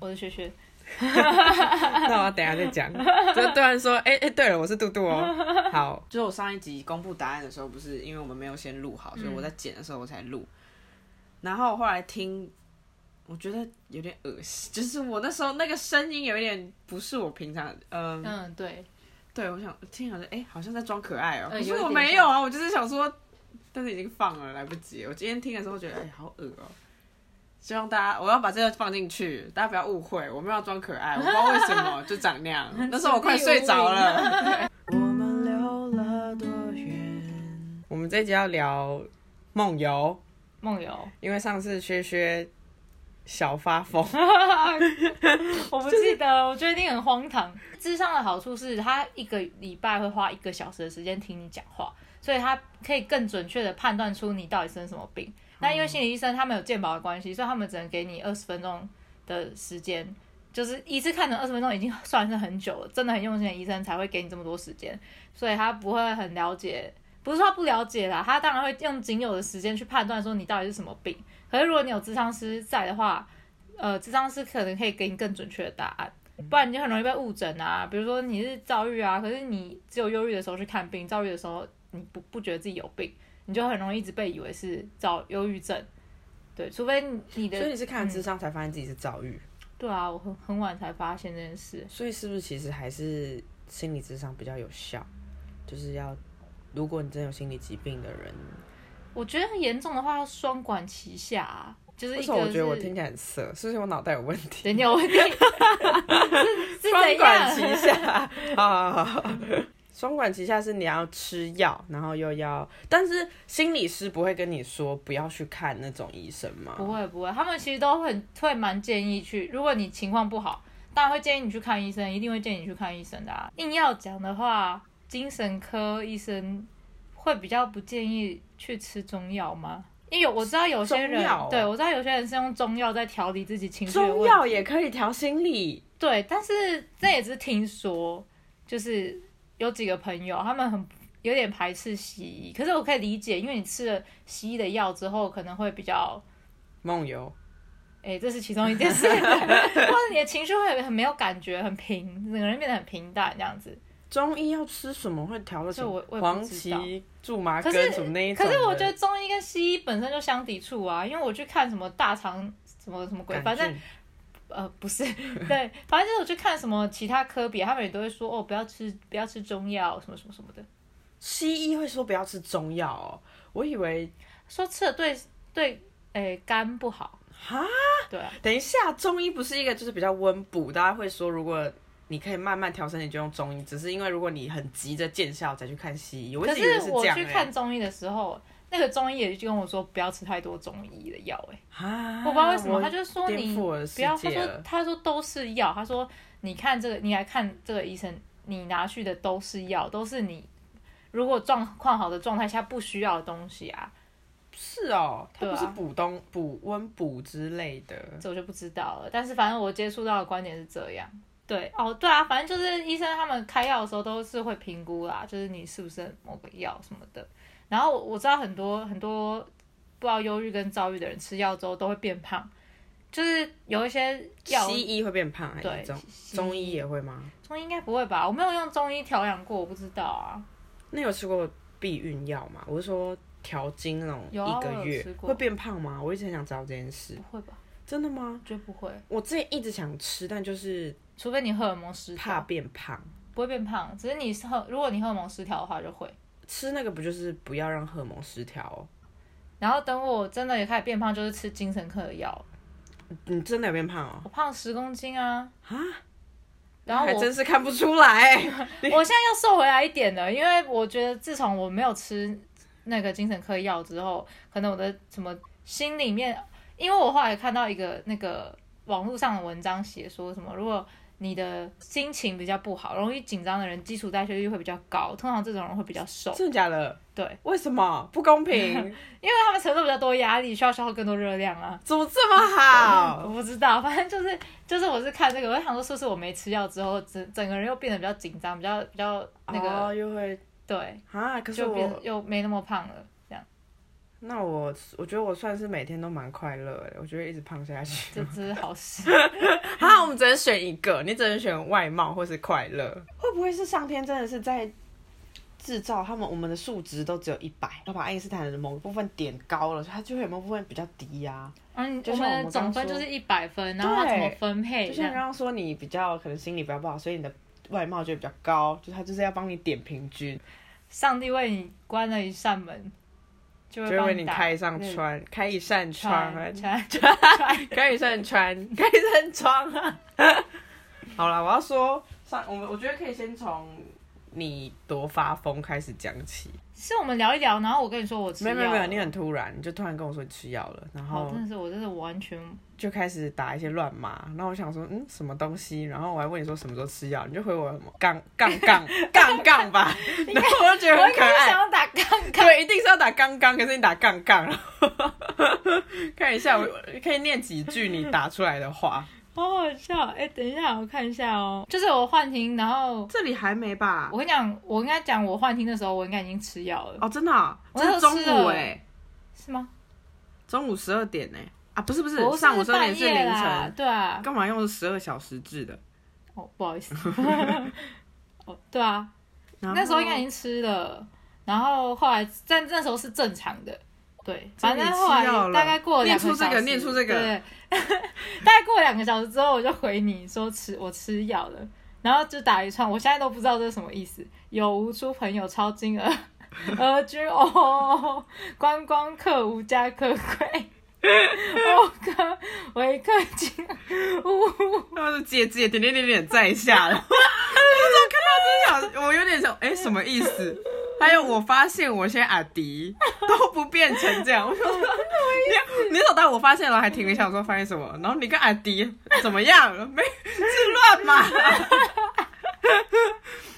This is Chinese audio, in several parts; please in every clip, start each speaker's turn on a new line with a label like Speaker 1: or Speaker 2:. Speaker 1: 我是雪雪，
Speaker 2: 那我等一下再讲。就突然说，哎、哎、对了，我是杜杜哦。好，就是我上一集公布答案的时候，不是因为我们没有先录好，所以我在剪的时候我才录。然后后来听，我觉得有点恶心，就是我那时候那个声音有一点不是我平常，嗯、
Speaker 1: 嗯，对，
Speaker 2: 对我想听好像，哎、好像在装可爱哦、
Speaker 1: 呃
Speaker 2: 可是
Speaker 1: 有一
Speaker 2: 我
Speaker 1: 点
Speaker 2: 没有啊，我就是想说，但是已经放了，来不及了。我今天听的时候觉得，哎、好恶哦、希望大家，我要把这个放进去，大家不要误会，我没有要装可爱，我不知道为什么就长那 样。那时候我快睡着 了。我们聊了多远？我们这一集要聊梦游，
Speaker 1: 梦游，
Speaker 2: 因为上次薛薛小发疯，
Speaker 1: 我不记得，我觉得一定很荒唐。智商的好处是，他一个礼拜会花一个小时的时间听你讲话，所以他可以更准确的判断出你到底生什么病。那因为心理医生他们有健保的关系，所以他们只能给你二十分钟的时间，就是一次看诊二十分钟已经算是很久了，真的很用心的医生才会给你这么多时间，所以他不会很了解，不是说他不了解啦，他当然会用仅有的时间去判断说你到底是什么病。可是如果你有智商师在的话，呃，智商师可能可以给你更准确的答案，不然你就很容易被误诊啊。比如说你是躁郁啊，可是你只有忧郁的时候去看病，躁郁的时候你不不觉得自己有病，你就很容易一直被以为是躁忧郁症。对，除非你你
Speaker 2: 所以
Speaker 1: 的
Speaker 2: 你是看了智商才发现自己是躁郁，
Speaker 1: 对啊，我很很晚才发现这件事。
Speaker 2: 所以是不是其实还是心理智商比较有效？就是要，如果你真有心理疾病的人，
Speaker 1: 我觉得严重的话要双管齐下、啊，就是
Speaker 2: 为
Speaker 1: 一
Speaker 2: 什么
Speaker 1: 个
Speaker 2: 我觉
Speaker 1: 是
Speaker 2: 得我听起来很色？是不是我脑袋有问题？
Speaker 1: 人家有问题， 是是
Speaker 2: 双
Speaker 1: 怎
Speaker 2: 管齐
Speaker 1: 样？
Speaker 2: 下 啊！双管齐下是你要吃药，然后又要，但是心理师不会跟你说不要去看那种医生吗？
Speaker 1: 不会不会，他们其实都很会蛮建议去，如果你情况不好，当然会建议你去看医生，一定会建议你去看医生的啊。硬要讲的话，精神科医生会比较不建议去吃中药吗？因为有我知道有些人
Speaker 2: 中药哦，
Speaker 1: 对我知道有些人是用中药在调理自己情绪的
Speaker 2: 中
Speaker 1: 问
Speaker 2: 药
Speaker 1: 题
Speaker 2: 也可以调心理，
Speaker 1: 对，但是这也只是听说，就是有几个朋友他们很有点排斥西医，可是我可以理解，因为你吃了西医的药之后，可能会比较，
Speaker 2: 梦游。
Speaker 1: 哎、这是其中一件事，或 者你的情绪会很没有感觉，很平，整个人变得很平淡这样子。
Speaker 2: 中医要吃什么会调的什
Speaker 1: 这我
Speaker 2: 么
Speaker 1: 我也不
Speaker 2: 黄
Speaker 1: 知道
Speaker 2: 芪、苎麻
Speaker 1: 可是
Speaker 2: 根什么那一种
Speaker 1: 可
Speaker 2: 的？
Speaker 1: 是我觉得中医跟西医本身就相抵触啊，因为我去看什么大肠什么什么鬼，
Speaker 2: 杆
Speaker 1: 反正
Speaker 2: 菌
Speaker 1: 呃，不是，对，反正就是我去看什么其他科别，他们也都会说哦，不要吃，不要吃中药，什么什么什么的。
Speaker 2: 西医会说不要吃中药哦，我以为
Speaker 1: 说吃了对对，诶、肝不好。
Speaker 2: 哈，
Speaker 1: 对啊，
Speaker 2: 等一下中医不是一个就是比较温补，大家会说如果你可以慢慢调身体就用中医，只是因为如果你很急着见效才去看西医，我一
Speaker 1: 可
Speaker 2: 直以为
Speaker 1: 是
Speaker 2: 这
Speaker 1: 我
Speaker 2: 样、欸。
Speaker 1: 去看中医的时候，那个中医也就跟我说不要吃太多中医的药、欸，
Speaker 2: 啊，
Speaker 1: 我不知道为什么，
Speaker 2: 我
Speaker 1: 他就说
Speaker 2: 颠
Speaker 1: 你
Speaker 2: 覆我的
Speaker 1: 不
Speaker 2: 世
Speaker 1: 要，他
Speaker 2: 界
Speaker 1: 说
Speaker 2: 了。
Speaker 1: 他说都是药，他说你看这个，你来看这个医生，你拿去的都是药，都是你如果状况好的状态下不需要的东西啊，
Speaker 2: 是哦，它
Speaker 1: 对啊
Speaker 2: 不是补冬补温补之类的。
Speaker 1: 这我就不知道了。但是反正我接触到的观点是这样。对哦，对啊，反正就是医生他们开药的时候都是会评估啦，就是你是不是某个药什么的。然后我知道很多很多不知道忧郁跟躁郁的人吃药之后都会变胖，就是有一些药
Speaker 2: 西医会变胖还
Speaker 1: 对
Speaker 2: 是中
Speaker 1: 西
Speaker 2: 中医也会吗？
Speaker 1: 中医应该不会吧？我没有用中医调养过，我不知道啊。
Speaker 2: 那有吃过避孕药吗？我是说调经那种
Speaker 1: 有啊
Speaker 2: 一个
Speaker 1: 我有
Speaker 2: 月
Speaker 1: 吃过
Speaker 2: 会变胖吗？我一直很想知道这件事
Speaker 1: 不，会吧？
Speaker 2: 真的吗？
Speaker 1: 绝不会，
Speaker 2: 我之前一直想吃，但就是
Speaker 1: 除非你荷尔蒙失
Speaker 2: 怕
Speaker 1: 调，
Speaker 2: 变胖。
Speaker 1: 不会变胖。只是你是荷，如果你荷尔蒙失调的话就会。
Speaker 2: 吃那个不就是不要让荷尔蒙失调、哦？
Speaker 1: 然后等我真的也开始变胖，就是吃精神科的药。
Speaker 2: 你真的有变胖哦？
Speaker 1: 我胖十公斤啊，
Speaker 2: 啊，
Speaker 1: 然后
Speaker 2: 还
Speaker 1: 我
Speaker 2: 真是看不 出来。
Speaker 1: 我现在又瘦回来一点了，因为我觉得自从我没有吃那个精神科药之后，可能我的什么心里面，因为我后来看到一个那个网络上的文章写说什么，如果你的心情比较不好，容易紧张的人，基础代谢率会比较高，通常这种人会比较瘦，
Speaker 2: 真的假的？
Speaker 1: 对，
Speaker 2: 为什么不公 平？
Speaker 1: 因为他们承受比较多压力，需要消耗更多热量啊。
Speaker 2: 怎么这么好？
Speaker 1: 我不知道，反正就是就是我是看这个，我就想说是不是我没吃药之后，整整个人又变得比较紧张，比较比较那个、
Speaker 2: 哦、又会
Speaker 1: 对，
Speaker 2: 啊？可是
Speaker 1: 就变
Speaker 2: 我
Speaker 1: 又没那么胖了，这样。
Speaker 2: 那我我觉得我算是每天都蛮快乐的，我觉得一直胖下去
Speaker 1: 这。只好 事。
Speaker 2: 啊，我们只能选一个，你只能选外貌或是快乐。会不会是上天真的是在制造他们我们的数值都只有一百，要把爱因斯坦的某个部分点高了，它就会有某部分比较低啊呀、
Speaker 1: 嗯，
Speaker 2: 就
Speaker 1: 我
Speaker 2: 像我
Speaker 1: 们的
Speaker 2: 们
Speaker 1: 总
Speaker 2: 刚
Speaker 1: 分就
Speaker 2: 说
Speaker 1: 是一百分，然后它怎么
Speaker 2: 对
Speaker 1: 分配
Speaker 2: 就
Speaker 1: 这
Speaker 2: 像你刚
Speaker 1: 样？
Speaker 2: 刚说，你比较可能心理比较不好，所以你的外貌就比较高，就是他就是要帮你点平均，
Speaker 1: 上帝为你关了一扇门，就会
Speaker 2: 就会
Speaker 1: 帮
Speaker 2: 为你
Speaker 1: 打
Speaker 2: 开一扇
Speaker 1: 嗯
Speaker 2: 窗，开一扇窗，啊
Speaker 1: 穿穿
Speaker 2: 开一扇窗，开一扇窗啊！ 好了，我要说上，我们我觉得可以先从你多发疯开始讲起。
Speaker 1: 是我们聊一聊，然后我跟你说我吃
Speaker 2: 没
Speaker 1: 药
Speaker 2: 有
Speaker 1: 了，
Speaker 2: 没有没有，你很突然，你就突然跟我说你吃药了，然
Speaker 1: 好，
Speaker 2: 后
Speaker 1: 真的是我真的完 全
Speaker 2: 就开始打一些乱码，然后我想说，嗯，什么东西？然后我还问你说什么时候吃药，你就回我什么杠杠杠 杠杠吧，然后我就觉得
Speaker 1: 我
Speaker 2: 很
Speaker 1: 应
Speaker 2: 可
Speaker 1: 该
Speaker 2: 爱
Speaker 1: 想。要打杠杠，
Speaker 2: 对，一定是要打杠杠，可是你打杠杠，然后 看一下我可以念几句你打出来的话。
Speaker 1: 好好笑。哎、等一下，我看一下哦，就是我幻听，然后
Speaker 2: 这里还没吧
Speaker 1: 我？跟你讲，我应该讲我幻听的时候，我应该已经吃药了，
Speaker 2: 哦，真的、啊，
Speaker 1: 我
Speaker 2: 这
Speaker 1: 那
Speaker 2: 是
Speaker 1: 时候
Speaker 2: 中
Speaker 1: 吃
Speaker 2: 午
Speaker 1: 了
Speaker 2: 哎、
Speaker 1: 是吗？
Speaker 2: 中午十二点哎、啊，不是不是，
Speaker 1: 我
Speaker 2: 上午十二点
Speaker 1: 半
Speaker 2: 是
Speaker 1: 夜
Speaker 2: 凌
Speaker 1: 啦
Speaker 2: 晨，，
Speaker 1: 对啊，
Speaker 2: 干嘛用十二小时制的？
Speaker 1: 哦，不好 意思，哦，对啊，
Speaker 2: 然后
Speaker 1: 那时候应该已经吃了，然后后来但那时候是正常的，对，
Speaker 2: 所以
Speaker 1: 反
Speaker 2: 你
Speaker 1: 正后来
Speaker 2: 吃药了
Speaker 1: 大概过了两个小时，
Speaker 2: 念出这个念出这个
Speaker 1: 对，大概过了两个小时之后，我就回你说吃我吃药了，然后就打一串，我现在都不知道这是什么意思，有无出朋友超金额。俄军哦，观光客无家可归， 欧客维克金乌，
Speaker 2: 他是借借点点点点在下了。 我看到这小，我有点想，哎、什么意思？还有，我发现我现在阿迪都不变成这样。我说，你你手到我发现了，还停一下，我说发现什么？然后你跟阿迪怎么样？没是乱码。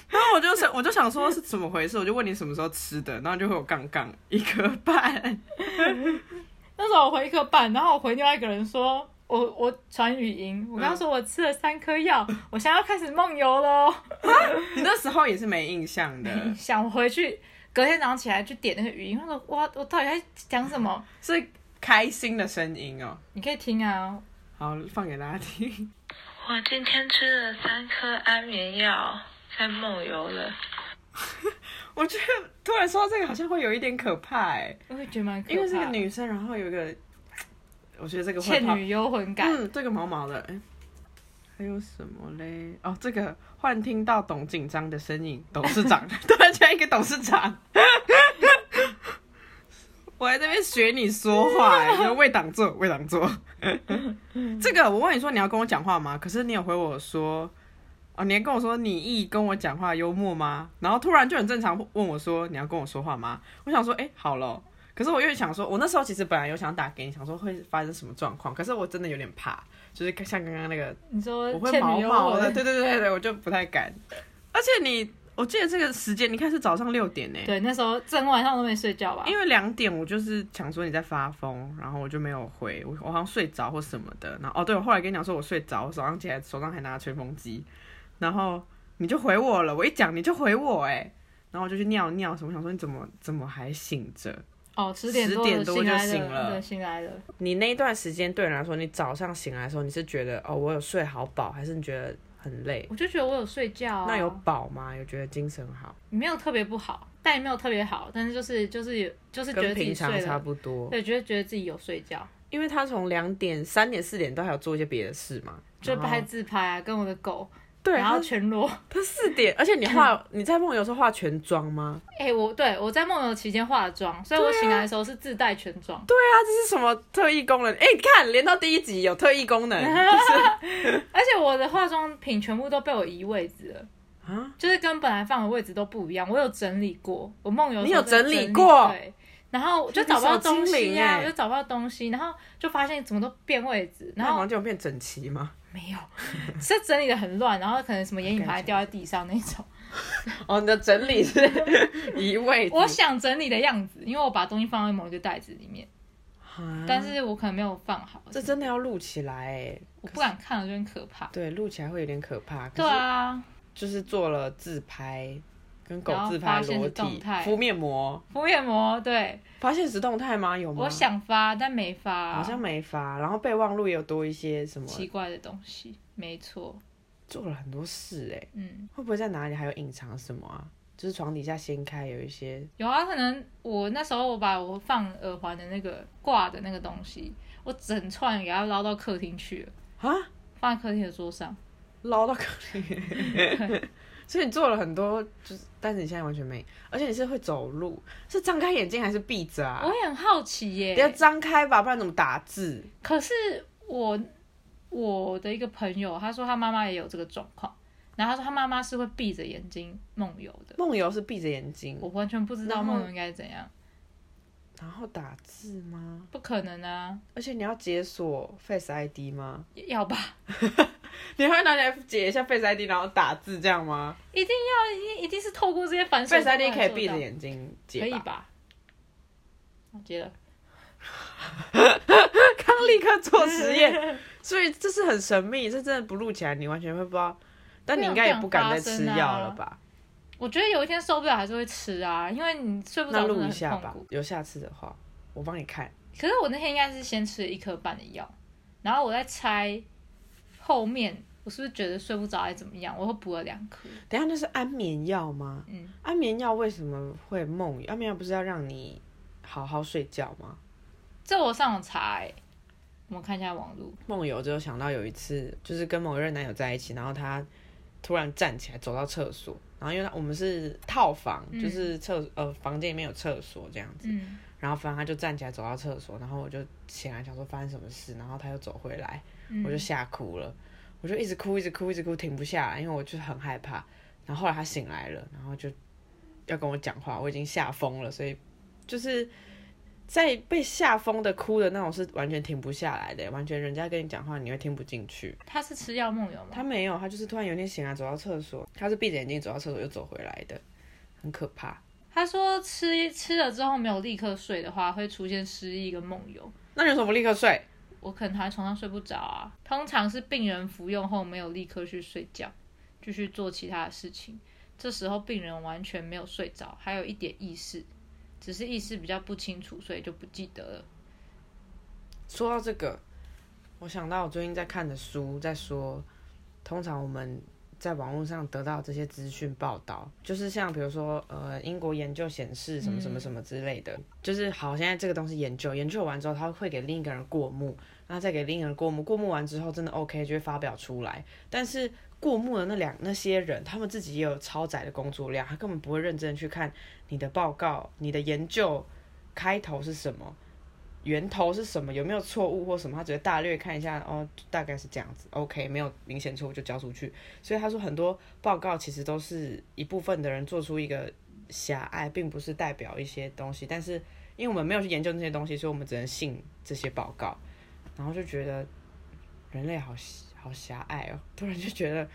Speaker 2: 然后我就想，我就想说是怎么回事，我就问你什么时候吃的，然后就会有杠杠一个半。
Speaker 1: 那时候我回一颗半，然后我回另外一个人说，我我传语音，
Speaker 2: 嗯
Speaker 1: 我跟他说我吃了三颗药， 我现在要开始梦游 喽。
Speaker 2: 你那时候也是没印象的，
Speaker 1: 想回去，隔天早上起来去点那个语音，他说哇，我到底在讲什么？
Speaker 2: 是开心的声音哦。
Speaker 1: 你可以听啊，
Speaker 2: 好，放给大家听。
Speaker 3: 我今天吃了三颗安眠药，在梦游了。
Speaker 2: 我觉得突然说到这个，好像会有一点可怕哎、
Speaker 1: 我会觉得蛮可怕，
Speaker 2: 因为是个女生，然后有一个，我觉得这个会
Speaker 1: 倩
Speaker 2: 跑
Speaker 1: 女幽魂感。
Speaker 2: 嗯，这个毛毛的。哎还有什么嘞？哦，这个幻听到董紧张的身影，董事长突然间一个董事长， 我还在那边学你说话、哎你说为党做，为党做。这个我问你说你要跟我讲话吗？可是你有回我说，哦，你还跟我说你意跟我讲话幽默吗？然后突然就很正常问我说你要跟我说话吗？我想说，哎、好了，可是我又想说，我那时候其实本来有想打给你，想说会发生什么状况，可是我真的有点怕，就是像刚刚那个，
Speaker 1: 你说
Speaker 2: 我会
Speaker 1: 倩
Speaker 2: 毛
Speaker 1: 女幽
Speaker 2: 毛的，
Speaker 1: 魂，
Speaker 2: 对对对对，我就不太敢。而且你，我记得这个时间，你看是早上六点呢、
Speaker 1: 对，那时候整晚上都没睡觉吧？
Speaker 2: 因为两点我就是想说你在发疯，然后我就没有回，我我好像睡着或什么的。然后哦，对，我后来跟你讲说我睡着，我早上起来手上还拿着吹风机，然后你就回我了，我一讲你就回我哎、然后我就去尿尿什么，想说你怎么怎么还醒着？
Speaker 1: 哦，十点
Speaker 2: 10点多
Speaker 1: 醒
Speaker 2: 就
Speaker 1: 来
Speaker 2: 醒了
Speaker 1: 对，醒来了。
Speaker 2: 你那一段时间对你来说，你早上醒来的时候，你是觉得哦，我有睡好饱，还是你觉得很累？
Speaker 1: 我就觉得我有睡觉、啊，
Speaker 2: 那有饱吗？有觉得精神好，
Speaker 1: 没有特别不好，但也没有特别好，但是就是就是有就是觉
Speaker 2: 跟
Speaker 1: 得自己
Speaker 2: 平
Speaker 1: 睡
Speaker 2: 常差
Speaker 1: 了，
Speaker 2: 不多。
Speaker 1: 对，觉得觉得自己有睡觉，
Speaker 2: 因为他从两点、三点、四点都还有做一些别的事嘛，
Speaker 1: 就
Speaker 2: 然后
Speaker 1: 拍自拍啊，跟我的狗，
Speaker 2: 对，
Speaker 1: 然后
Speaker 2: 他
Speaker 1: 全裸。
Speaker 2: 他四 点，而且你化你在梦游的时候化全妆吗？
Speaker 1: 哎、我对我在梦游期间化妆，所以我醒来的时候是自带全妆，
Speaker 2: 啊对啊，这是什么特异功能？哎、你看连到第一集有特异 功能，就是
Speaker 1: 而且我的化妆品全部都被我移位置了。
Speaker 2: 啊，
Speaker 1: 就是跟本来放的位置都不一样，我有整理过，我梦游的时候
Speaker 2: 你有整
Speaker 1: 真的
Speaker 2: 理
Speaker 1: 理
Speaker 2: 过
Speaker 1: 对，然后我就找不到东
Speaker 2: 你
Speaker 1: 西
Speaker 2: 手
Speaker 1: 啊，
Speaker 2: 精灵欸
Speaker 1: 我就找不到东西，然后就发现怎么都变位置，然
Speaker 2: 那
Speaker 1: 后
Speaker 2: 王健有变整齐吗？
Speaker 1: 没有， 是整理的很乱，然后可能什么眼影盘掉在地上那 种。
Speaker 2: 哦，你的整 理是移位置，
Speaker 1: 我想整理的样子，因为我把东西放在某一个袋子里面，
Speaker 2: 啊
Speaker 1: 但是我可能没有放好，
Speaker 2: 这真的要录起来、欸，
Speaker 1: 我不敢看了，就很可怕。啊
Speaker 2: 对，录起来会有点可怕。可
Speaker 1: 对
Speaker 2: 是
Speaker 1: 啊，
Speaker 2: 就是做了自拍跟狗自拍
Speaker 1: 然后发现
Speaker 2: 裸
Speaker 1: 是动
Speaker 2: 体
Speaker 1: 态
Speaker 2: 敷面膜，
Speaker 1: 敷面膜，对
Speaker 2: 发现实动态吗？有吗？
Speaker 1: 我想发但没发，
Speaker 2: 好像没发，然后备忘录也有多一些什么，
Speaker 1: 奇怪的东西，没错，
Speaker 2: 做了很多事哎、
Speaker 1: 嗯，
Speaker 2: 会不会在哪里还有隐藏什么啊？就是床底下掀开有一些，
Speaker 1: 有啊，可能我那时候我把我放耳环的那个挂的那个东西，我整串给它捞到客厅去了，
Speaker 2: 啊，
Speaker 1: 放在客厅的桌上，
Speaker 2: 捞到客里。 所以你做了很多，就是但是你现在完全没，而且你是会走路，是张开眼睛还是闭着啊
Speaker 1: 我？也很好奇耶、
Speaker 2: 要张开吧，不然怎么打字？
Speaker 1: 可是我我的一个朋友，他说他妈妈也有这个状况，然后他说他妈妈是会闭着眼睛梦游的，
Speaker 2: 梦游是闭着眼睛，
Speaker 1: 我完全不知道
Speaker 2: 然后
Speaker 1: 梦游应该怎样，
Speaker 2: 然后打字吗？
Speaker 1: 不可能啊，
Speaker 2: 而且你要解锁 Face ID 吗？
Speaker 1: 要吧，
Speaker 2: 你还会拿起来解一下 Face ID，然后打字这样吗
Speaker 1: 一定要一定一定是透过这些反手
Speaker 2: ？Face
Speaker 1: 动
Speaker 2: ID
Speaker 1: 来
Speaker 2: 可以
Speaker 1: 做
Speaker 2: 闭
Speaker 1: 到
Speaker 2: 着眼睛解
Speaker 1: 可以？吧？我接了，
Speaker 2: 刚立刻做 实验，所以这是很神秘，这真的不录起来，你完全会不知道。但你应该也不敢再吃药了吧？
Speaker 1: 我觉得有一天受不了还是会吃啊，因为你睡不
Speaker 2: 那
Speaker 1: 着真的
Speaker 2: 录一
Speaker 1: 很
Speaker 2: 下
Speaker 1: 痛
Speaker 2: 吧
Speaker 1: 苦。，
Speaker 2: 有下次的话，我帮你看。
Speaker 1: 可是我那天应该是先吃了一颗半的药，然后我在猜后面我是不是觉得睡不着还是怎么样，我又补了两颗。
Speaker 2: 等一下那是安眠药吗？
Speaker 1: 嗯，
Speaker 2: 安眠药为什么会梦游？安眠药不是要让你好好睡觉吗？
Speaker 1: 这我上网查、欸，我们看一下网路。
Speaker 2: 梦游就想到有一次，就是跟某一任男友在一起，然后他突然站起来走到厕所，然后因为他我们是套房，
Speaker 1: 嗯
Speaker 2: 就是厕呃房间里面有厕所这样子，
Speaker 1: 嗯，
Speaker 2: 然后反正他就站起来走到厕所，然后我就醒来想说发生什么事，然后他又走回来，
Speaker 1: 嗯
Speaker 2: 我就吓哭了，我就一直哭，一直哭，一直哭，停不下来，因为我就很害怕。然后后来他醒来了，然后就要跟我讲话，我已经吓疯了，所以就是在被吓疯的哭的那种是完全停不下来的，完全人家跟你讲话你会听不进去。
Speaker 1: 他是吃药梦游吗？
Speaker 2: 他没有，他就是突然有一天醒来走到厕所，他是闭着眼睛走到厕所又走回来的，很可怕。
Speaker 1: 他说吃吃了之后没有立刻睡的话，会出现失忆跟梦游。
Speaker 2: 那你为什么不立刻睡？
Speaker 1: 我可能躺在床上睡不着啊。通常是病人服用后没有立刻去睡觉，继续做其他的事情，这时候病人完全没有睡着，还有一点意识，只是意识比较不清楚，所以就不记得了。
Speaker 2: 说到这个，我想到我最近在看的书，在说，通常我们在网络上得到这些资讯报道，就是像比如说，呃，英国研究显示什么什么什么之类的，就是好，现在这个东西研究研究完之后，他会给另一个人过目，然后再给另一个人过目，过目完之后真的 OK 就会发表出来，但是。过目的那两那些人，他们自己也有超载的工作量，他根本不会认真地去看你的报告、你的研究开头是什么，源头是什么，有没有错误或什么，他只会大略看一下，哦，大概是这样子，OK，没有明显错误就交出去。所以他说很多报告其实都是一部分的人做出一个狭隘，并不是代表一些东西，但是因为我们没有去研究那些东西，所以我们只能信这些报告，然后就觉得人类好狭好狭隘哦， 突然就觉得。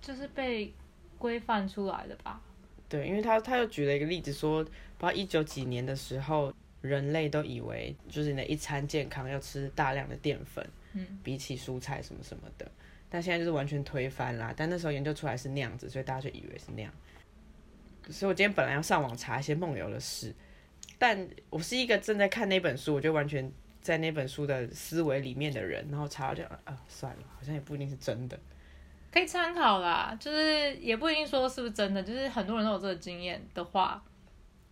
Speaker 1: 就是被规范出来的吧？
Speaker 2: 对，因为他他又举了一个例子说，不知道一九几年的时候，人类都以为就是你的一餐健康要吃大量的淀粉，
Speaker 1: 嗯，
Speaker 2: 比起蔬菜什么什么的，但现在就是完全推翻啦。但那时候研究出来是那样子，所以大家就以为是那样。所以我今天本来要上网查一些梦游的事，但我是一个正在看那本书，我就完全在那本书的思维里面的人，然后查到就啊、算了，好像也不一定是真的。
Speaker 1: 可以参考啦，就是也不一定说是不是真的，就是很多人都有这个经验的话，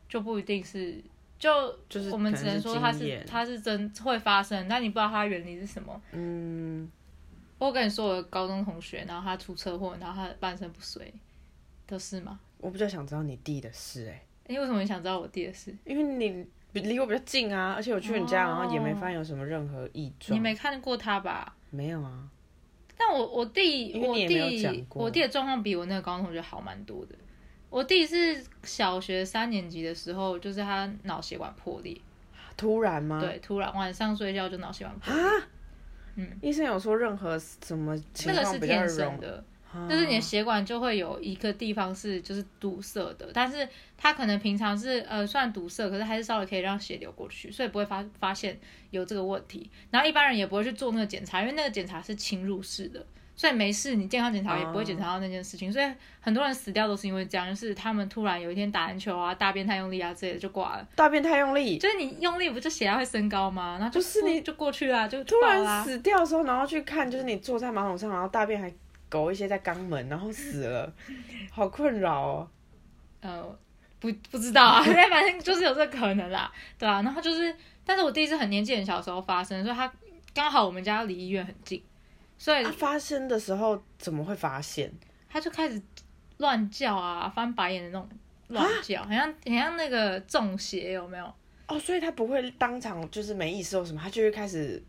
Speaker 1: 就不一定是就
Speaker 2: 就是
Speaker 1: 我们只能说它
Speaker 2: 可能是经
Speaker 1: 是
Speaker 2: 验
Speaker 1: 它是真会发生，但你不知道它的原理是什么。
Speaker 2: 嗯，
Speaker 1: 我跟你说，我的高中同学，然后他出车祸，然后他半身不遂的事吗？
Speaker 2: 我比较想知道你弟的事、欸，哎。
Speaker 1: 你为什么你想知道我弟的事？
Speaker 2: 因为你比离我比较近啊，而且我去你家，
Speaker 1: 哦
Speaker 2: 然后也没发现有什么任何异状。
Speaker 1: 你没看过他吧？
Speaker 2: 没有啊？
Speaker 1: 但我我弟
Speaker 2: 因为
Speaker 1: 我
Speaker 2: 你也没有讲
Speaker 1: 弟
Speaker 2: 过
Speaker 1: 我弟的状况比我那个高中同学好蛮多的。我弟是小学三年级的时候，就是他脑血管破裂，
Speaker 2: 突然吗？。
Speaker 1: 对，突然晚上睡觉就脑血管
Speaker 2: 啊
Speaker 1: 破裂，
Speaker 2: 医生有说任何什么情
Speaker 1: 那个
Speaker 2: 况
Speaker 1: 是
Speaker 2: 比较
Speaker 1: 天
Speaker 2: 容
Speaker 1: 生，的。
Speaker 2: 啊
Speaker 1: 就是你的血管就会有一个地方是就是堵塞的，但是它可能平常是呃虽然堵塞，可是还是稍微可以让血流过去，所以不会发发现有这个问题。然后一般人也不会去做那个检查，因为那个检查是侵入式的，所以没事，你健康检查也不会检查
Speaker 2: 哦
Speaker 1: 到那件事情。所以很多人死掉都是因为这样，就是他们突然有一天打篮球啊、大便太用力啊之类的就挂了。
Speaker 2: 大便太用力，
Speaker 1: 就是你用力不就血压会升高吗？然后就
Speaker 2: 就是你
Speaker 1: 就过去啦，就
Speaker 2: 突
Speaker 1: 爆啦
Speaker 2: 然死掉的时候，然后去看，就是你坐在马桶上，然后大便还狗一些在肛门，然后死 了，
Speaker 1: 哎
Speaker 2: 好困扰哦。
Speaker 1: 呃，不不知道啊， 但反正就是有这个可能啦，对啊。然后就是，但是我第一次很年纪很小的时候发生，所以他刚好我们家离医院很近，所以
Speaker 2: 啊发生的时候怎么会发现？
Speaker 1: 他就开始乱叫啊，翻白眼的那种乱
Speaker 2: 啊
Speaker 1: 叫，好像好像那个中邪有没有？
Speaker 2: 哦，所以他不会当场就是没意识或什么，他就会开始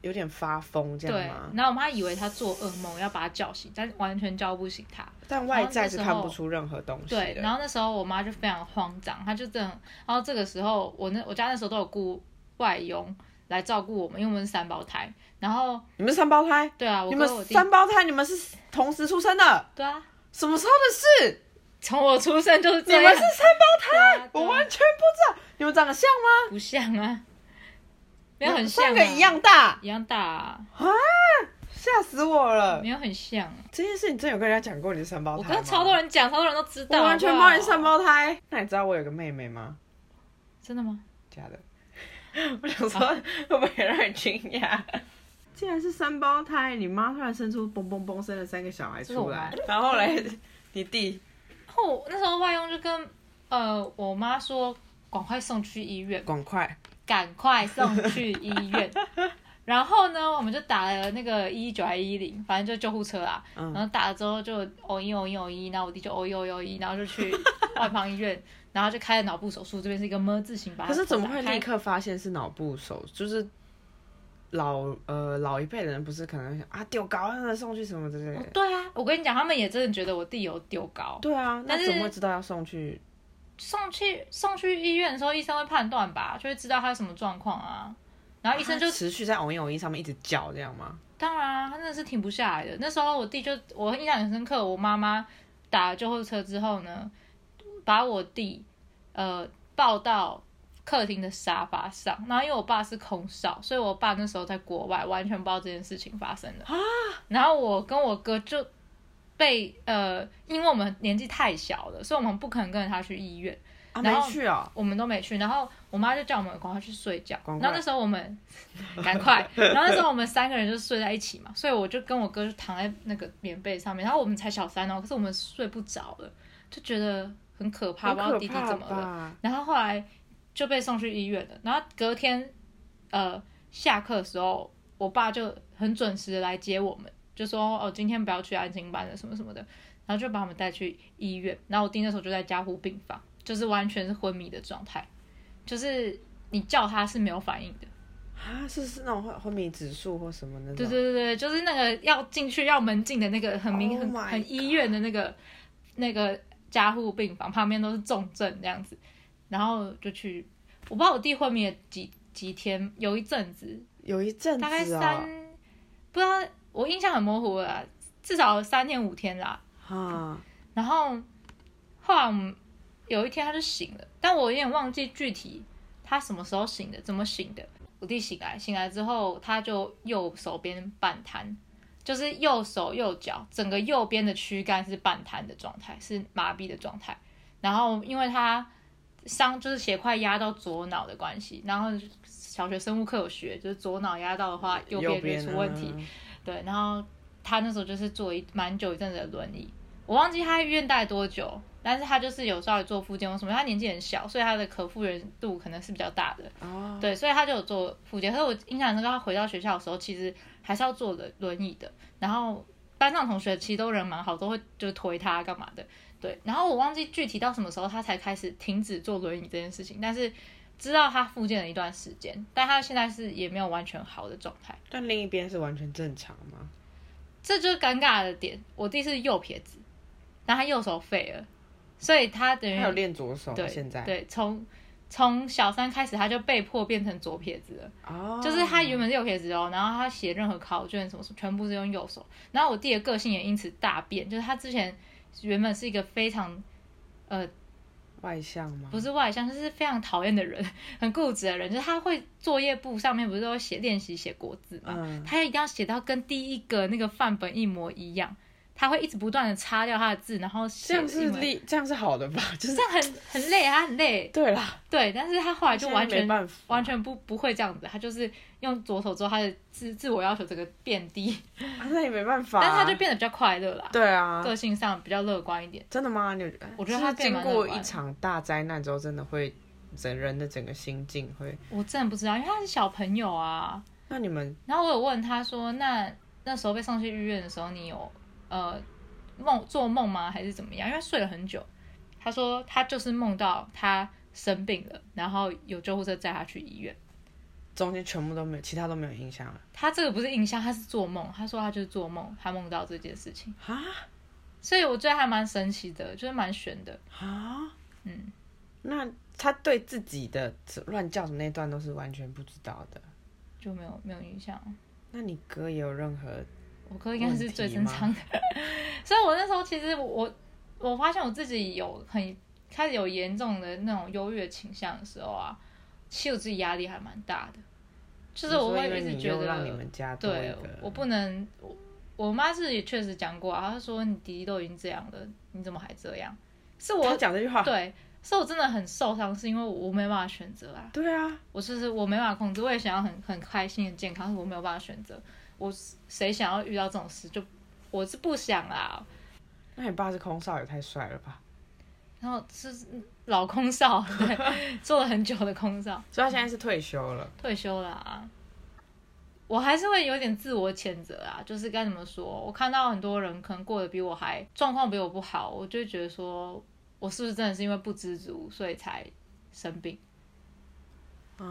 Speaker 2: 有点发疯这
Speaker 1: 对
Speaker 2: 样吗，？
Speaker 1: 然后我妈以为他做噩梦，要把他叫醒，但完全叫不醒他。
Speaker 2: 但外在是
Speaker 1: 然后那时
Speaker 2: 看
Speaker 1: 候
Speaker 2: 不出任何东西的。
Speaker 1: 对，然后那时候我妈就非常慌张，她就这样。然后这个时候，我那我家那时候都有雇外佣来照顾我们，因为我们是三胞胎。然后
Speaker 2: 你们是三胞胎，
Speaker 1: 对啊，我
Speaker 2: 你
Speaker 1: 跟
Speaker 2: 们
Speaker 1: 我弟
Speaker 2: 三胞胎，你们是同时出生的，
Speaker 1: 对啊，
Speaker 2: 什么时候的事？
Speaker 1: 从我出生就是这样。
Speaker 2: 你们是三胞胎，
Speaker 1: 对啊对啊
Speaker 2: 我完全不知道。你们长得像吗？
Speaker 1: 不像啊，没有很像、啊，
Speaker 2: 三个一样大，
Speaker 1: 一样大、啊，
Speaker 2: 吓死我了
Speaker 1: 没！有很像、啊。
Speaker 2: 这件事你真有跟人家讲过你是三胞
Speaker 1: 我
Speaker 2: 胎吗？
Speaker 1: 跟超多人讲，超多人都知道。
Speaker 2: 我完全
Speaker 1: 好
Speaker 2: 不
Speaker 1: 不好
Speaker 2: 知道你是三胞胎。那你知道我有个妹妹吗？
Speaker 1: 真的吗？
Speaker 2: 假 的。我想说会不会让人惊讶？竟然是三胞胎，你妈突然生出嘣嘣嘣生了三个小孩
Speaker 1: 是我
Speaker 2: 出
Speaker 1: 妈
Speaker 2: 来，然后嘞，你弟
Speaker 1: 然后我那时候外佣就跟呃我妈说，赶快送去医院，
Speaker 2: 赶快
Speaker 1: 赶快送去医 院。然后呢，我们就打了那个一一九还一一零，反正就救护车啦。
Speaker 2: 嗯
Speaker 1: 然后打了之后就哦一哦一哦一，然后我弟就哦一哦一哦一，然后就去外方医院， 然后就开了脑部手术，这边是一个啊么字形把它
Speaker 2: 可是怎么
Speaker 1: 打
Speaker 2: 会
Speaker 1: 开
Speaker 2: 立刻发现是脑部手？就是老呃老一辈的人不是可能想啊丢高啊送去什么之类的。
Speaker 1: 对啊，我跟你讲，他们也真的觉得我弟有丢高。
Speaker 2: 对啊，那
Speaker 1: 但是
Speaker 2: 怎么会知道要送去？
Speaker 1: 送去送去医院的时候，医生会判断吧，就会知道他有什么状况啊。然后医生就、
Speaker 2: 他持续在偶一偶一上面一直叫这样吗？
Speaker 1: 当然啊，他真的是停不下来的。那时候我弟就我印象很深刻，我妈妈打了救护车之后呢，把我弟呃抱到客厅的沙发上。然后因为我爸是空少，所以我爸那时候在国外，完全不知道这件事情发生了。然后我跟我哥就被呃，因为我们年纪太小了，所以我们不肯跟着他去医院。
Speaker 2: 啊，没
Speaker 1: 然后
Speaker 2: 去哦。
Speaker 1: 我们都没去，然后我妈就叫我们赶快去睡觉。
Speaker 2: 赶快
Speaker 1: 然后那时候我们赶快，然后那时候我们三个人就睡在一起嘛，所以我就跟我哥就躺在那个棉被上面，然后我们才小三哦，可是我们睡不着了，就觉得很可怕，
Speaker 2: 好
Speaker 1: 不知道
Speaker 2: 可
Speaker 1: 弟弟
Speaker 2: 怕
Speaker 1: 怎么了。
Speaker 2: 吧？
Speaker 1: 然后后来就被送去医院了。然后隔天，呃，下课的时候，我爸就很准时地来接我们，就说哦，今天不要去安静班了，什么什么的。然后就把我们带去医院。然后我弟那时候就在加护病房，就是完全是昏迷的状态，就是你叫他是没有反应的。
Speaker 2: 啊，是是那种昏昏迷指数或什么那种。
Speaker 1: 对对对对，就是那个要进去要门禁的那个很明、
Speaker 2: Oh
Speaker 1: 很
Speaker 2: my
Speaker 1: 很医院的那个那个加护病房旁边都是重症这样子，然后就去，我不知道我弟昏迷了几几天，有一阵子，
Speaker 2: 有一阵子、哦、
Speaker 1: 大概三，不知道我印象很模糊了啦，至少三天五天啦。
Speaker 2: 啊，
Speaker 1: 然后后来我们有一天他就醒了，但我有点忘记具体他什么时候醒的，怎么醒的。我弟醒来，醒来之后他就右手边半瘫，就是右手右脚整个右边的躯干是半瘫的状态，是麻痹的状态。然后因为他伤就是血块压到左脑的关系，然后小学生物课有学，就是左脑压到的话，右边就会
Speaker 2: 边
Speaker 1: 出问题。对，然后他那时候就是坐一蛮久一阵子的轮椅，我忘记他医院待多久，但是他就是有稍微做复健或什么，他年纪很小，所以他的可复原度可能是比较大的，
Speaker 2: 啊。哦
Speaker 1: 对，所以他就有做复健。可是我印象很深刻，他回到学校的时候，其实还是要坐轮轮椅的，然后班上同学其实都人蛮好，都会就推他干嘛的，对，然后我忘记具体到什么时候他才开始停止坐轮椅这件事情，但是知道他复健了一段时间，但他现在是也没有完全好的状态。
Speaker 2: 但另一边是完全正常吗？
Speaker 1: 这就是尴尬的点。我弟是右撇子，然后他右手废了，所以他等于
Speaker 2: 他有练左手吗
Speaker 1: 对
Speaker 2: 现在
Speaker 1: 对从从小三开始他就被迫变成左撇子了，
Speaker 2: 哦，
Speaker 1: 就是他原本是右撇子哦，然后他写任何考卷什么全部是用右手，然后我弟的个性也因此大变，就是他之前原本是一个非常呃
Speaker 2: 外向吗？
Speaker 1: 不是外向，就是非常讨厌的人，很固执的人。就是他会作业簿上面不是都写练习写国字嘛，
Speaker 2: 嗯
Speaker 1: 他一定要写到跟第一个那个范本一模一样，他会一直不断的擦掉他的字，然后写
Speaker 2: 这样
Speaker 1: 一
Speaker 2: 是
Speaker 1: 模一样
Speaker 2: 利，这样是好的吧？ 就是
Speaker 1: 这样很很累，他很累。
Speaker 2: 对啦，
Speaker 1: 对，但是他后来就完
Speaker 2: 现在没
Speaker 1: 全
Speaker 2: 办法
Speaker 1: 完全不不会这样子，他就是用左手之后，他的自自我要求这个变低，
Speaker 2: 啊那也没办法、
Speaker 1: 但
Speaker 2: 啊。
Speaker 1: 是他就变得比较快乐啦，
Speaker 2: 对啊，
Speaker 1: 个性上比较乐观一点。
Speaker 2: 真的吗？你有觉得？
Speaker 1: 我觉得他
Speaker 2: 是
Speaker 1: 变
Speaker 2: 经
Speaker 1: 蛮
Speaker 2: 过
Speaker 1: 乐观
Speaker 2: 一场大灾难之后，真的会整人的整个心境会。
Speaker 1: 我真的不知道，因为他是小朋友啊。
Speaker 2: 那你们
Speaker 1: 然后我有问他说，那那时候被送去医院的时候，你有呃梦做梦吗，还是怎么样？因为他睡了很久。他说他就是梦到他生病了，然后有救护车载他去医院。
Speaker 2: 中间全部都没有，其他都没有印象了
Speaker 1: 他这个不是印象，他是做梦。他说他就是做梦，他梦到这件事情，
Speaker 2: 啊
Speaker 1: 所以我觉得还蛮神奇的，就是蛮悬的。
Speaker 2: 啊！
Speaker 1: 嗯，
Speaker 2: 那他对自己的乱叫的那段都是完全不知道的。
Speaker 1: 就没有没有印象。
Speaker 2: 那你哥也有任何
Speaker 1: 我哥应该是最正常的， 所以我那时候其实我我发现我自己有很开始有严重的那种优越倾向的时候啊，其实我自己压力还蛮大的，就是我
Speaker 2: 你说
Speaker 1: 会
Speaker 2: 因为
Speaker 1: 一直
Speaker 2: 你
Speaker 1: 觉
Speaker 2: 又让你
Speaker 1: 得，
Speaker 2: 们家多一
Speaker 1: 对
Speaker 2: 个，
Speaker 1: 我不能，我我妈自己确实讲过啊，她说你弟弟都已经这样了，你怎么还这样？是
Speaker 2: 他
Speaker 1: 我
Speaker 2: 讲这句话，
Speaker 1: 对，是我真的很受伤，是因为我我没办法选择啊，
Speaker 2: 对啊，
Speaker 1: 我就是我没办法控制，我也想要很很开心、很健康，但是我没有办法选择。我谁想要遇到这种事，就我是不想啊啦。
Speaker 2: 那你爸是空少也太帅了吧？
Speaker 1: 然后是老空少，对，做了很久的空少，
Speaker 2: 所以他现在是退休了，
Speaker 1: 退休啦、我还是会有点自我谴责啊，就是该怎么说？我看到很多人可能过得比我还状况比我不好，我就会觉得说，我是不是真的是因为不知足，所以才生病？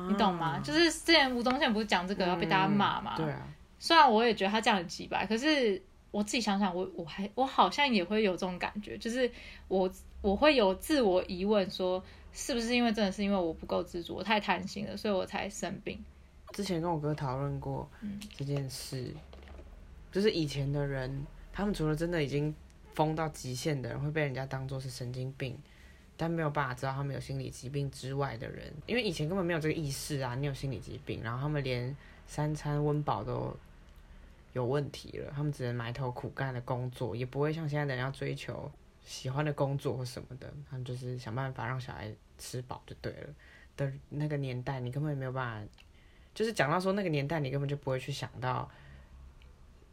Speaker 1: 你懂吗？就是之前吴宗宪不是讲这个要被大家骂嘛、
Speaker 2: 嗯对啊，
Speaker 1: 虽然我也觉得他这样很鸡白，可是我自己想想，我我还我好像也会有这种感觉，就是我我会有自我疑问说，是不是因为真的是因为我不够知足，我太贪心了，所以我才生病。
Speaker 2: 之前跟我哥讨论过
Speaker 1: 嗯
Speaker 2: 这件事，就是以前的人，他们除了真的已经疯到极限的人，会被人家当做是神经病。但没有办法知道他们有心理疾病之外的人，因为以前根本没有这个意识啊，你有心理疾病，然后他们连三餐温饱都有问题了，他们只能埋头苦干的工作，也不会像现在的人要追求喜欢的工作或什么的，他们就是想办法让小孩吃饱就对了。的那个年代，你根本没有办法，就是讲到说那个年代，你根本就不会去想到，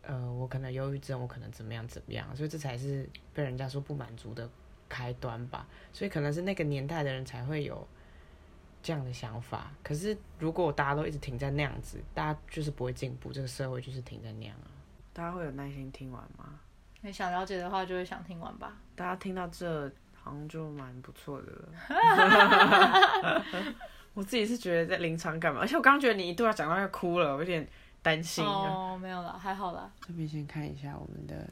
Speaker 2: 呃，我可能忧郁症，我可能怎么样怎么样，所以这才是被人家说不满足的开端吧。所以可能是那个年代的人才会有这样的想法。可是如果大家都一直停在那样子，大家就是不会进步，这个社会就是停在那样啊。
Speaker 4: 大家会有耐心听完吗？
Speaker 1: 你想了解的话，就会想听完吧。
Speaker 4: 大家听到这好像就蛮不错的了。我自己是觉得在临场感嘛，而且我刚刚觉得你一度要讲到要哭了，我有点担心。啊
Speaker 1: 哦，没有啦，还好啦。
Speaker 2: 这边先看一下我们的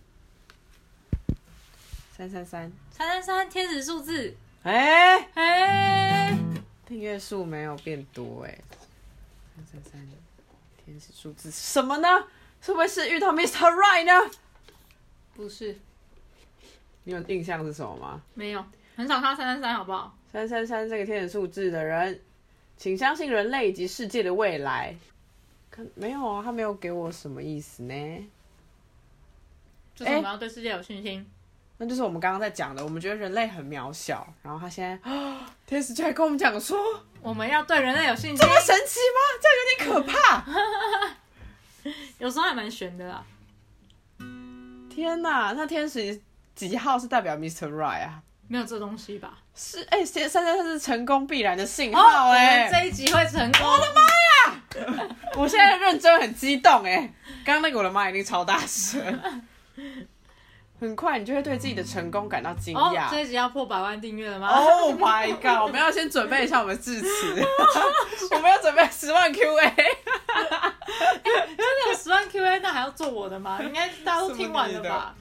Speaker 4: 三三三，
Speaker 1: 三三三天使数字，
Speaker 4: 哎、
Speaker 1: 哎、
Speaker 4: 订阅数没有变多哎、三三三，天使数字什么呢？会不会是遇到 Mr. Right 呢？
Speaker 1: 不是，
Speaker 4: 你有印象是什么吗？
Speaker 1: 没有，很少看到三三三，好不好？
Speaker 4: 三三三这个天使数字的人，请相信人类以及世界的未来。可没有啊，他没有给我什么意思呢？
Speaker 1: 就是我们要对世界有信心。
Speaker 4: 那就是我们刚刚在讲的，我们觉得人类很渺小，然后他现在 啊，天使就来跟我们讲说，
Speaker 1: 我们要对人类有信心
Speaker 4: 这，么神奇吗？这样有点可怕。
Speaker 1: 有时候还蛮悬的啦。
Speaker 4: 天哪，那天使几号是代表 Mr. Right 啊？
Speaker 1: 没有这东西吧？
Speaker 4: 是哎，三三三是成功必然的信号
Speaker 1: 哦，我
Speaker 4: 哎、
Speaker 1: 们这一集会成功。
Speaker 4: 我现在认真很激动哎、刚刚那个我的妈一定超大声。很快你就会对自己的成功感到惊
Speaker 1: 哦，
Speaker 4: 讶。
Speaker 1: 这一集要破百万订阅了吗？
Speaker 4: Oh my god！我们要先准备一下我们的致辞，
Speaker 1: 哦
Speaker 4: 我们要准备十万 QA。
Speaker 1: 真的有十万 Q&A，那还要做我的 吗？应该大家都听完了吧？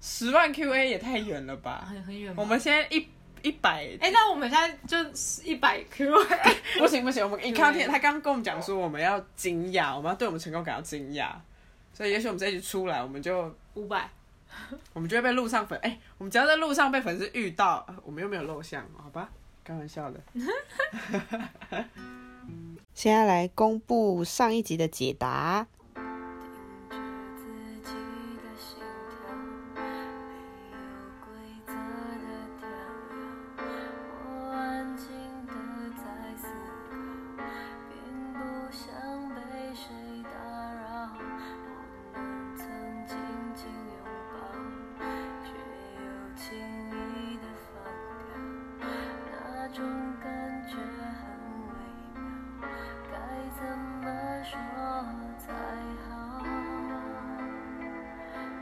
Speaker 4: 十万 QA 也太远了吧？
Speaker 1: 很很远吗？
Speaker 4: 我们现在一一百，
Speaker 1: 哎、那我们现在就一百 Q&A，
Speaker 4: 不行不行，我们一看到天，他刚刚跟我们讲说我们要惊讶，我们要对我们成功感到惊讶，所以也许我们这一集出来，我们就
Speaker 1: 五百。
Speaker 4: 我们就会被路上粉，哎、我们只要在路上被粉丝遇到，呃我们又没有露相，好吧？
Speaker 2: 开玩笑的。
Speaker 4: 现在来公布上一集的解答。
Speaker 5: 自己的心跳，没有规则的跳跃。我安静的在思考，并不想被谁打扰。我们曾紧紧拥抱，却又轻易的放掉，那种感觉很微妙。该怎么说才好？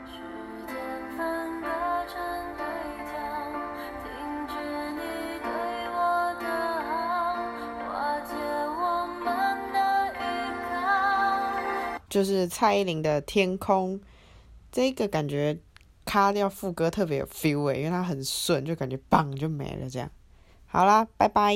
Speaker 5: 时间分割成对角，停止你对我的好，瓦解我们的依靠。
Speaker 4: 就是蔡依林的《天空》，这个感觉卡掉副歌特别有 feel 哎、因为它很顺，就感觉棒就没了这样。好啦，拜拜。